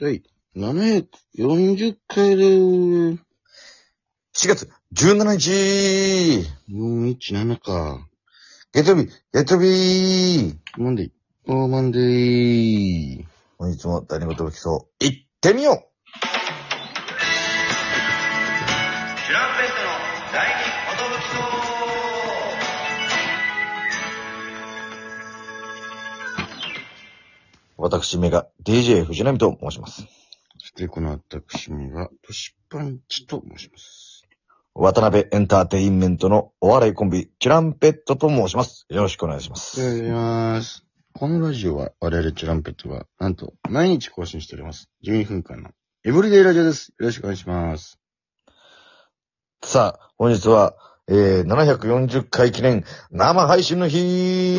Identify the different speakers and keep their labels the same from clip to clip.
Speaker 1: 第740回でーす。
Speaker 2: 4月17日
Speaker 1: 417か。
Speaker 2: 月曜日月曜日
Speaker 1: マンデー。おーマンデー。
Speaker 2: 本日も何事も基礎、行ってみよう
Speaker 3: シュランペットの第二音武器
Speaker 2: 私めが DJ 藤波と申します。
Speaker 1: そしてこの私めが、トシパンチと申します。
Speaker 2: 渡辺エンターテインメントのお笑いコンビ、チュランペットと申します。よろしくお願いしま
Speaker 1: おはよう
Speaker 2: す。
Speaker 1: ございます。このラジオは、我々チュランペットが、なんと、毎日更新しております。12分間の、エブリデイラジオです。よろしくお願いします。
Speaker 2: さあ、本日は、えー、740回記念生配信の日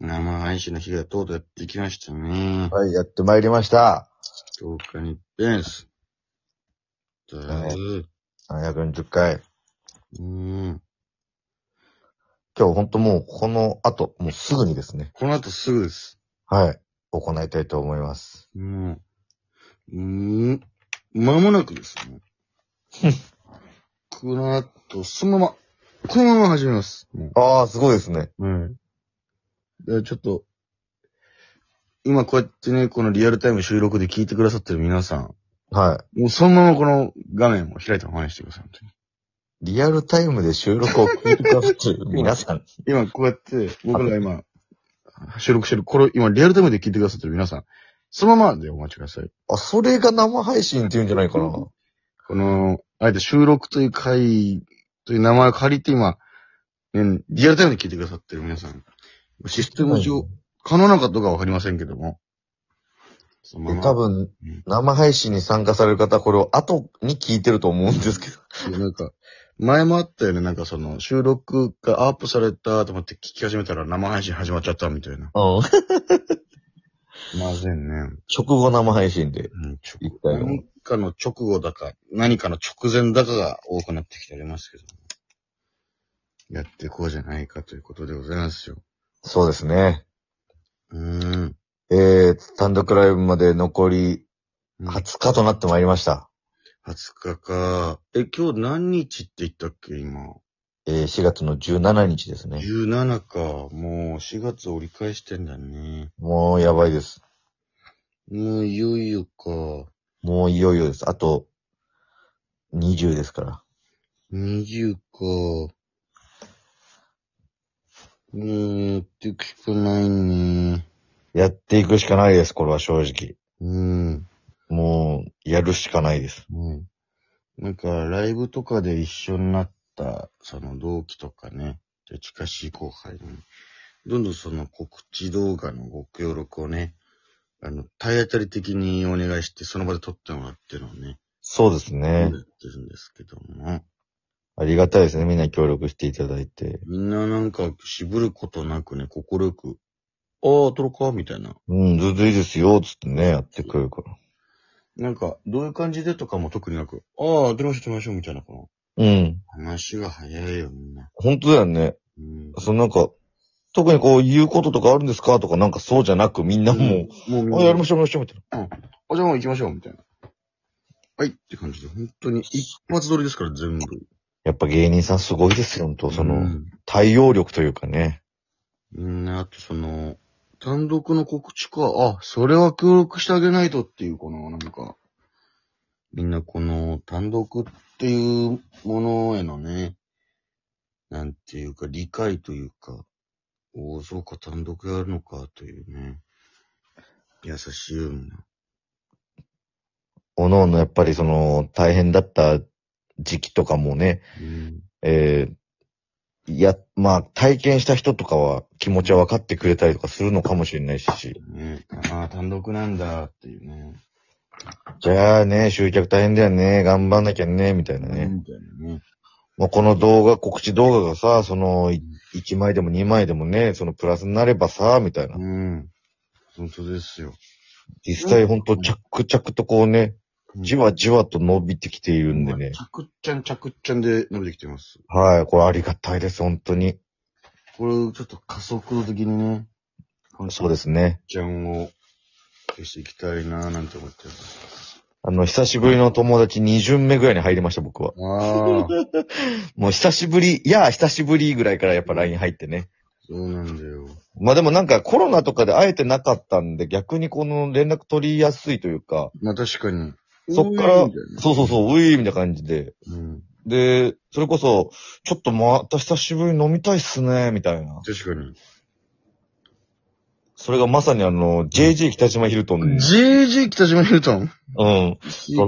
Speaker 1: 生配信の日がとうとうやってきましたね。
Speaker 2: はい、やってまいりました。
Speaker 1: 10日にです。だー
Speaker 2: 740回。
Speaker 1: うん。
Speaker 2: 今日ほんともうこの後、もうすぐにですね。
Speaker 1: この後すぐです。
Speaker 2: はい。行いたいと思います。
Speaker 1: もう、うん、間もなくですね。この後、そのまま、このまま始めます。も
Speaker 2: ああ、すごいですね。
Speaker 1: うはい。だからちょっと、今こうやってね、このリアルタイム収録で聞いてくださってる皆さん、
Speaker 2: は
Speaker 1: もうそのままこの画面を開いたままにしてください、本当に。
Speaker 2: い。リアルタイムで収録を聞いてくださ ってる皆さん。
Speaker 1: 今こうやって、僕らが今、収録してる、これ今リアルタイムで聞いてくださってる皆さん、そのままでお待ちください。
Speaker 2: あ、それが生配信っていうんじゃないかな。
Speaker 1: この、あえて収録という回という名前を借りて今、ね、リアルタイムで聞いてくださってる皆さん、システム上、可能なのかどうかわかりませんけども。その
Speaker 2: で
Speaker 1: まま
Speaker 2: 多分
Speaker 1: うん、
Speaker 2: 生配信に参加される方はこれを後に聞いてると思うんですけど。
Speaker 1: なんか、前もあったよね、なんかその、収録がアップされたと思って聞き始めたら生配信始まっちゃったみたいな。
Speaker 2: うん。
Speaker 1: まずいね。
Speaker 2: 直後生配信で
Speaker 1: うん、
Speaker 2: 行ったよ。
Speaker 1: 何かの直後だか、何かの直前だかが多くなってきておりますけども。やっていこうじゃないかということでございますよ。
Speaker 2: そうですね。
Speaker 1: うーん。
Speaker 2: えー、単独ライブまで残り
Speaker 1: 20
Speaker 2: 20日となってまいりました。
Speaker 1: 日か。え、今日何日って言ったっけ、今。
Speaker 2: えー、4月の17日ですね。
Speaker 1: 17か。もう4月折り返してんだね。
Speaker 2: もうやばいです。
Speaker 1: もういよいよか。
Speaker 2: もういよいよです。あと、20ですから。
Speaker 1: 20か。うん、やっていくしかないね。
Speaker 2: やっていくしかないです、これは正直。
Speaker 1: うん。
Speaker 2: もう、やるしかないです。
Speaker 1: うん。なんか、ライブとかで一緒になった、その同期とかね、で近しい後輩に、どんどんその告知動画のご協力をね、あの、体当たり的にお願いして、その場で撮ってもらってるのをね、
Speaker 2: そうです
Speaker 1: や
Speaker 2: ね
Speaker 1: っ。てるんですけども、
Speaker 2: ありがたいですね。みんな協力していただいて。
Speaker 1: みんななんか、渋ることなくね、心よく、ああ、撮ろうか、みたいな。
Speaker 2: うん、ずっといいですよ、つってね、やってくれるから。
Speaker 1: なんか、どういう感じでとかも特になく、ああ、撮りましょう、撮りましょう、みたいな、この、
Speaker 2: うん。
Speaker 1: 話が早いよ、みんな。
Speaker 2: 本当だよね。
Speaker 1: うん
Speaker 2: そのなんか、特にこう、言うこととかあるんですかとか、なんかそうじゃなく、みんなも
Speaker 1: うん、もうみん
Speaker 2: う、
Speaker 1: な
Speaker 2: あ、やりましょう、やりましょう、みたいな。
Speaker 1: あ、じゃあもう行きましょう、みたいな。はいって感じで、本当に一発撮りですから、全部。
Speaker 2: やっぱ芸人さんすごいですよ、本当そうの、
Speaker 1: ん
Speaker 2: 対応力というかね。
Speaker 1: うん、あとその、単独の告知か、あ、それは協力してあげないとっていう、この、なんか、みんなこの単独っていうものへのね、なんていうか、理解というか、おお、そうか、単独やるのか、というね、優しいよみんな。
Speaker 2: おのおの、やっぱりその、大変だった時期とかもね、
Speaker 1: うん。
Speaker 2: えー、いや、まあ、体験した人とかは気持ちは分かってくれたりとかするのかもしれないし、
Speaker 1: ね、ああ、単独なんだ、っていうね。
Speaker 2: じゃあね、集客大変だよね、頑張んなきゃね、みたいなね。
Speaker 1: みたいなね。
Speaker 2: まあ、この動画、告知動画がさ、その、い1枚でも2枚でもね、そのプラスになればさ、みたいな
Speaker 1: う。ん。本当ですよ。
Speaker 2: 実際ほんと着々とこうね、じわじわと伸びてきている
Speaker 1: うん
Speaker 2: でね。
Speaker 1: 着々ちゃん着々ちゃんで伸びてきてます。
Speaker 2: はい、これありがたいです、本当に。
Speaker 1: これ、ちょっと加速度的にね、阪
Speaker 2: そ
Speaker 1: 神
Speaker 2: うですね。
Speaker 1: ちゃんを消していきたいなーなんて思ってます。
Speaker 2: あの、久しぶりの友達2巡目ぐらいに入りました、僕は。
Speaker 1: ああ、
Speaker 2: もう久しぶり、いや、久しぶりぐらいからやっぱ LINE 入ってね。
Speaker 1: そうなんだよ。
Speaker 2: まあでもなんかコロナとかで会えてなかったんで、逆にこの連絡取りやすいというか、
Speaker 1: まあ確かに。
Speaker 2: そっか
Speaker 1: 多
Speaker 2: ら
Speaker 1: いんだよね
Speaker 2: そうそうそう、ういみたいな感じで。
Speaker 1: うん。
Speaker 2: で、それこそ、ちょっとまた久しぶりに飲みたいっすね、みたいな。
Speaker 1: 確かに。
Speaker 2: それがまさにあの、JJ 北島ヒルトンで
Speaker 1: JJ 北島ヒルトン
Speaker 2: うん。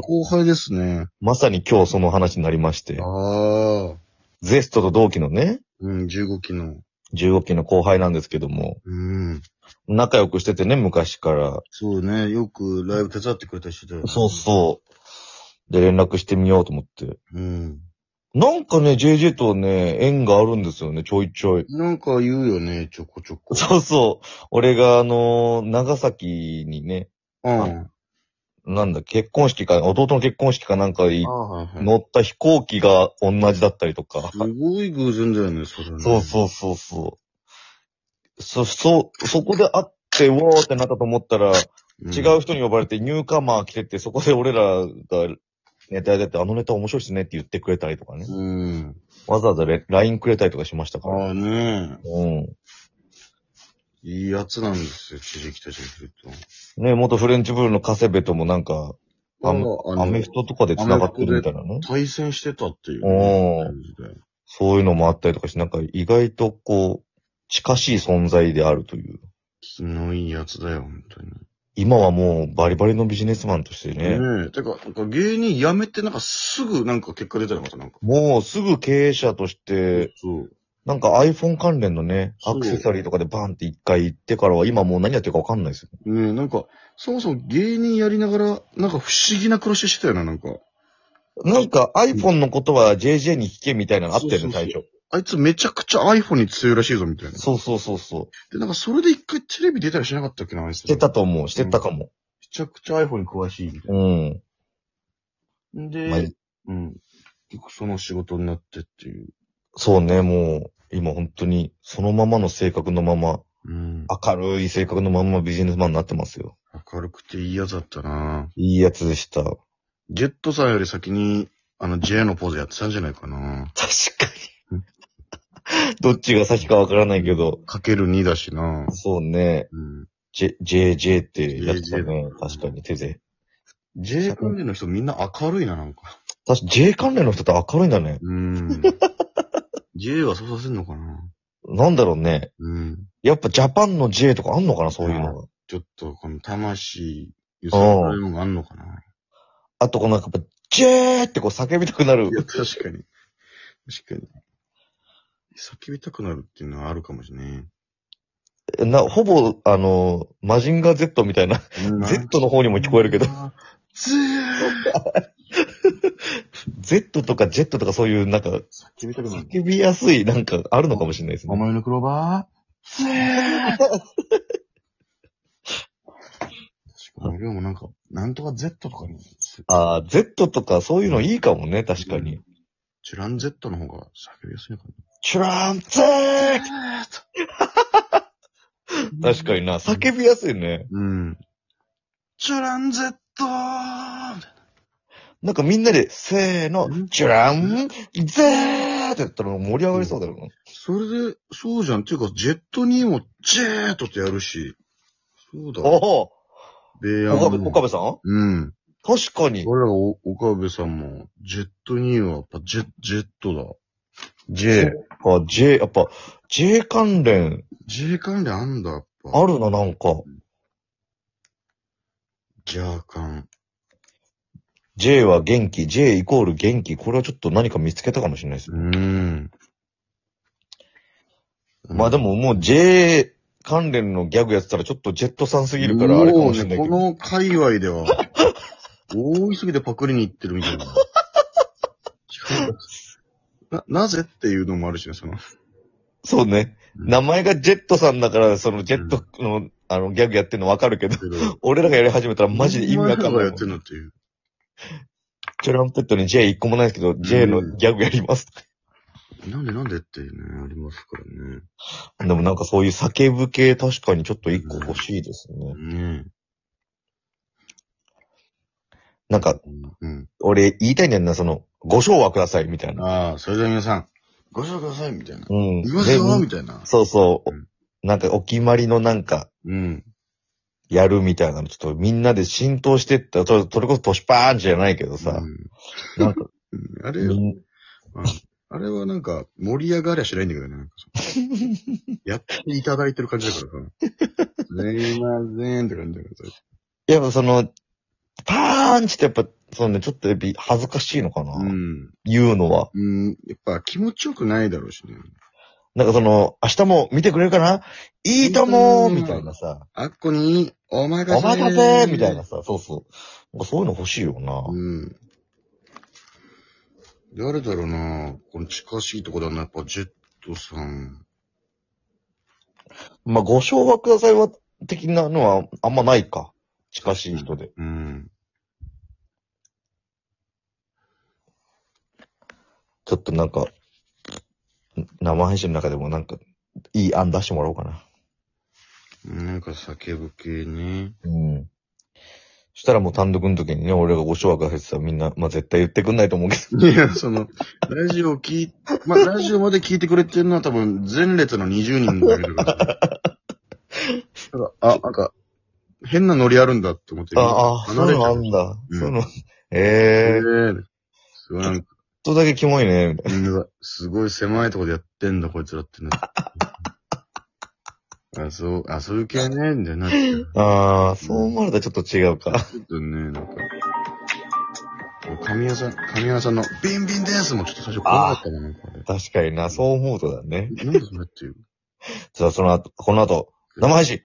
Speaker 1: 後輩ですね。
Speaker 2: まさに今日その話になりまして
Speaker 1: あ、あ。
Speaker 2: ゼストと同期のね、
Speaker 1: うん、15期の。
Speaker 2: 15期の後輩なんですけども、
Speaker 1: うん。
Speaker 2: 仲良くしててね、昔から。
Speaker 1: そうね。よくライブ手伝ってくれた人だよ。
Speaker 2: そうそう。で、連絡してみようと思って。
Speaker 1: う。うん。
Speaker 2: なんかね、JJ とね、縁があるんですよね、ちょいちょい。
Speaker 1: なんか言うよね、ちょこちょこ。
Speaker 2: そうそう。俺があのー長崎にね、
Speaker 1: うん。
Speaker 2: なんだ、結婚式か、弟の結婚式かなんかい
Speaker 1: ああ、はいはい。
Speaker 2: 乗った飛行機が同じだったりとか。
Speaker 1: すごい偶然だよね、それね。
Speaker 2: そうそうそうそう。そ、そ、そこで会って、うわーってなったと思ったら、
Speaker 1: ん
Speaker 2: 違う人に呼ばれてニューカマー来てて、そこで俺らがネタやってて、あのネタ面白いっすねって言ってくれたりとかね。
Speaker 1: うん。
Speaker 2: わざわざレ LINE くれたりとかしましたから。
Speaker 1: ああね。
Speaker 2: うん。
Speaker 1: いいやつなんですよ、知事北島ヒルトン。
Speaker 2: ね元フレンチブルーのカセベともなんか、あの
Speaker 1: あの
Speaker 2: アメフトとかで繋がってるみたいなね。
Speaker 1: 対戦してたっていう。
Speaker 2: おー
Speaker 1: 感じで
Speaker 2: そういうのもあったりとかして、なんか意外とこう、近しい存在であるという。
Speaker 1: 気のいいやつだよ、本当に。
Speaker 2: 今はもうバリバリのビジネスマンとしてね、
Speaker 1: ねえ。てか、なんか芸人辞めてなんかすぐなんか結果出てなかった、なんか。
Speaker 2: もうすぐ経営者として、
Speaker 1: そう。
Speaker 2: なんか iPhone 関連のね、
Speaker 1: そ
Speaker 2: ア
Speaker 1: う
Speaker 2: クセサリーとかでバンって一回行ってからは今もう何やってるかわかんないですよ。
Speaker 1: ねえ、なんか、そもそも芸人やりながら、なんか不思議な暮らししてたよな、なんか。
Speaker 2: なんか iPhone のことは JJ に聞けみたいなのあったよ
Speaker 1: そう
Speaker 2: ね、
Speaker 1: そうそう
Speaker 2: 最初。
Speaker 1: あいつめちゃくちゃ iPhone に強いらしいぞ、みたいな。
Speaker 2: そうそうそうそう。
Speaker 1: で、なんかそれで一回テレビ出たりしなかったっけな、あいつ。
Speaker 2: してたと思う。してたかも。
Speaker 1: めちゃくちゃ iPhone に詳しい、みたい
Speaker 2: うん。
Speaker 1: な。ん
Speaker 2: まあ
Speaker 1: で、うん。結局その仕事になってっていう。
Speaker 2: そうね、もう、今本当に、そのままの性格のまま、
Speaker 1: うん。
Speaker 2: 明るい性格のままビジネスマンになってますよ。
Speaker 1: 明るくていいやつだったない
Speaker 2: いやつでした。確
Speaker 1: ジェットさんより先に、あの、J のポーズやってたんじゃないかな
Speaker 2: かに。 どっちが先かわからないけど、
Speaker 1: かける2だしな
Speaker 2: そうね、
Speaker 1: うん。
Speaker 2: J、JJ ってやつだね
Speaker 1: JJ。
Speaker 2: 確かに、手で。
Speaker 1: J 関連の人みんな明るいな、なんか。
Speaker 2: 確か J 関連の人って明るいんだね。
Speaker 1: うん。J はそうさせんのかな
Speaker 2: なんだろうね。
Speaker 1: うん。
Speaker 2: やっぱジャパンの J とかあんのかな、そういうのが。
Speaker 1: ちょっと、この魂、揺さぶられるのがあんのかな
Speaker 2: あとこのなんかやっぱ、J ってこう叫びたくないる。
Speaker 1: や、確かに。確かに。叫びたくなるっていうのはあるかもしれない。
Speaker 2: な、ほぼ、あの、マジンガー Z みたいな、Z の方にも聞こえるけど。
Speaker 1: ずーっ
Speaker 2: Z とか Z とかそういうなんか、
Speaker 1: と叫びたくなる。
Speaker 2: 叫びやすいなんかあるのかもしれないですね。
Speaker 1: 思いのクローバーずーっ確かに、俺もなんか、なんとか Z とかに、
Speaker 2: ああ、Z とかそういうのいいかもね、確かに。
Speaker 1: チュラン Z の方が叫びやすいのかな
Speaker 2: チュランツー確かにな、叫びやすいね。
Speaker 1: うん。チュラン Z!
Speaker 2: なんかみんなで、せーの
Speaker 1: う、ん
Speaker 2: チュラン、ゼーってやったら盛り上がりそうだろうな。
Speaker 1: それで、そうじゃん。っていうか、ジェットにも、ジェートってやるし。そうだ。
Speaker 2: お
Speaker 1: ベイ
Speaker 2: お
Speaker 1: ヤー
Speaker 2: 岡部、岡
Speaker 1: も。
Speaker 2: 部さん
Speaker 1: うん。
Speaker 2: 確かに。
Speaker 1: 俺らがお岡部さんも、ジェットにはやっぱジェ、ジェットだ。
Speaker 2: J。あ、J、やっぱ、J 関連、
Speaker 1: J 関連あんだ、やっぱ。
Speaker 2: あるな、なんか。
Speaker 1: ジャー関。
Speaker 2: J は元気、J イコール元気。これはちょっと何か見つけたかもしれないです
Speaker 1: う。ん。
Speaker 2: まあでももう J 関連のギャグやってたらちょっとジェットさんすぎるから
Speaker 1: もう
Speaker 2: あ
Speaker 1: ね
Speaker 2: れかもしれないけど。
Speaker 1: この界隈では、 大急ぎでパクリに行ってるみたい な。しかもな、なぜっていうのもあるしね、その。
Speaker 2: そう
Speaker 1: う
Speaker 2: ね。
Speaker 1: ん
Speaker 2: 名前がジェットさんだから、そのジェットの、あのギャグやってるのわかるけど、 俺らがやり始めたらマジで意味わかん
Speaker 1: お前らが
Speaker 2: な
Speaker 1: や
Speaker 2: い
Speaker 1: っ。てんのっていう。
Speaker 2: トランペットに J 一個もないですけど、J のギャグやります。
Speaker 1: なんでなんでってね、ありますからね。
Speaker 2: でもなんかそういう叫ぶ系確かにちょっと一個欲しいですね。
Speaker 1: ね
Speaker 2: なんか、
Speaker 1: え。うん。
Speaker 2: 俺言いたいんだよな、その、ご賞はください、みたいな。
Speaker 1: ああ、それでは皆さん、ご賞ください、みたいな。
Speaker 2: うん。
Speaker 1: いますよ、
Speaker 2: で
Speaker 1: みたいな。
Speaker 2: そうそう
Speaker 1: うん。
Speaker 2: なんかお決まりのなんか、
Speaker 1: うん。
Speaker 2: やるみたいなの、ちょっとみんなで浸透してった、そそれこそポシュパーンチじゃないけどさ
Speaker 1: う、ん
Speaker 2: なんか、
Speaker 1: うんあ
Speaker 2: み
Speaker 1: れよ、
Speaker 2: ん
Speaker 1: あれはなんか、盛り上がりゃしないんだけどね。 なんかそのやっていただいてる感じだからさ。すいませんって感じだからさ。
Speaker 2: やっぱその、パーンチってやっぱ、そのね、ちょっとやっぱ恥ずかしいのかな、
Speaker 1: うん。
Speaker 2: 言うのは。
Speaker 1: うん。やっぱ気持ちよくないだろうしね。
Speaker 2: なんかその、明日も見てくれるかないいとも
Speaker 1: いいとも
Speaker 2: みたいなさ、
Speaker 1: あっこに、お任せ
Speaker 2: お待たせみたいな。さ、そうそう。なんかそういうの欲しいよな。
Speaker 1: うん。誰だろうなこの近しいとこだな。やっぱジェットさん。
Speaker 2: まあ、ご賞はくださいは、的なのはあんまないか。近しい人で。
Speaker 1: うん。
Speaker 2: ちょっとなんか、生配信の中でもなんか、いい案出してもらおうかな。
Speaker 1: なんか叫ぶ系ね。
Speaker 2: うん。したらもう単独の時にね、俺がご賞はくださいって言ったらみんな、まあ、絶対言ってくんないと思うけど。
Speaker 1: いや、その、ラジオ聞い、まあ、ラジオまで聞いてくれてるのは多分、前列の20人ぐらいいるから。なんかあ、なんか、変なノリあるんだって思って。
Speaker 2: ああ、そういうのあ
Speaker 1: ん
Speaker 2: るんだ。
Speaker 1: うん
Speaker 2: そういうの。
Speaker 1: え
Speaker 2: ええー、ちょ
Speaker 1: え
Speaker 2: っ
Speaker 1: すごい、なんか、
Speaker 2: とだけキモいね、みたい
Speaker 1: うんすごい狭いとこでやってんだ、こいつらってね。あ、そう、あ、そういう系ね、みたいになっちゃう。
Speaker 2: な。ああ、そう思われたらちょっと違うか。
Speaker 1: ちょっとね、なんか、神谷さん、神谷さんの、ビンビンですもんちょっと最初怖かったな、なんかあれ。
Speaker 2: 確かにな、そう思うとだね。
Speaker 1: なんでそれっていう。
Speaker 2: じゃあ、その後、この後、生配信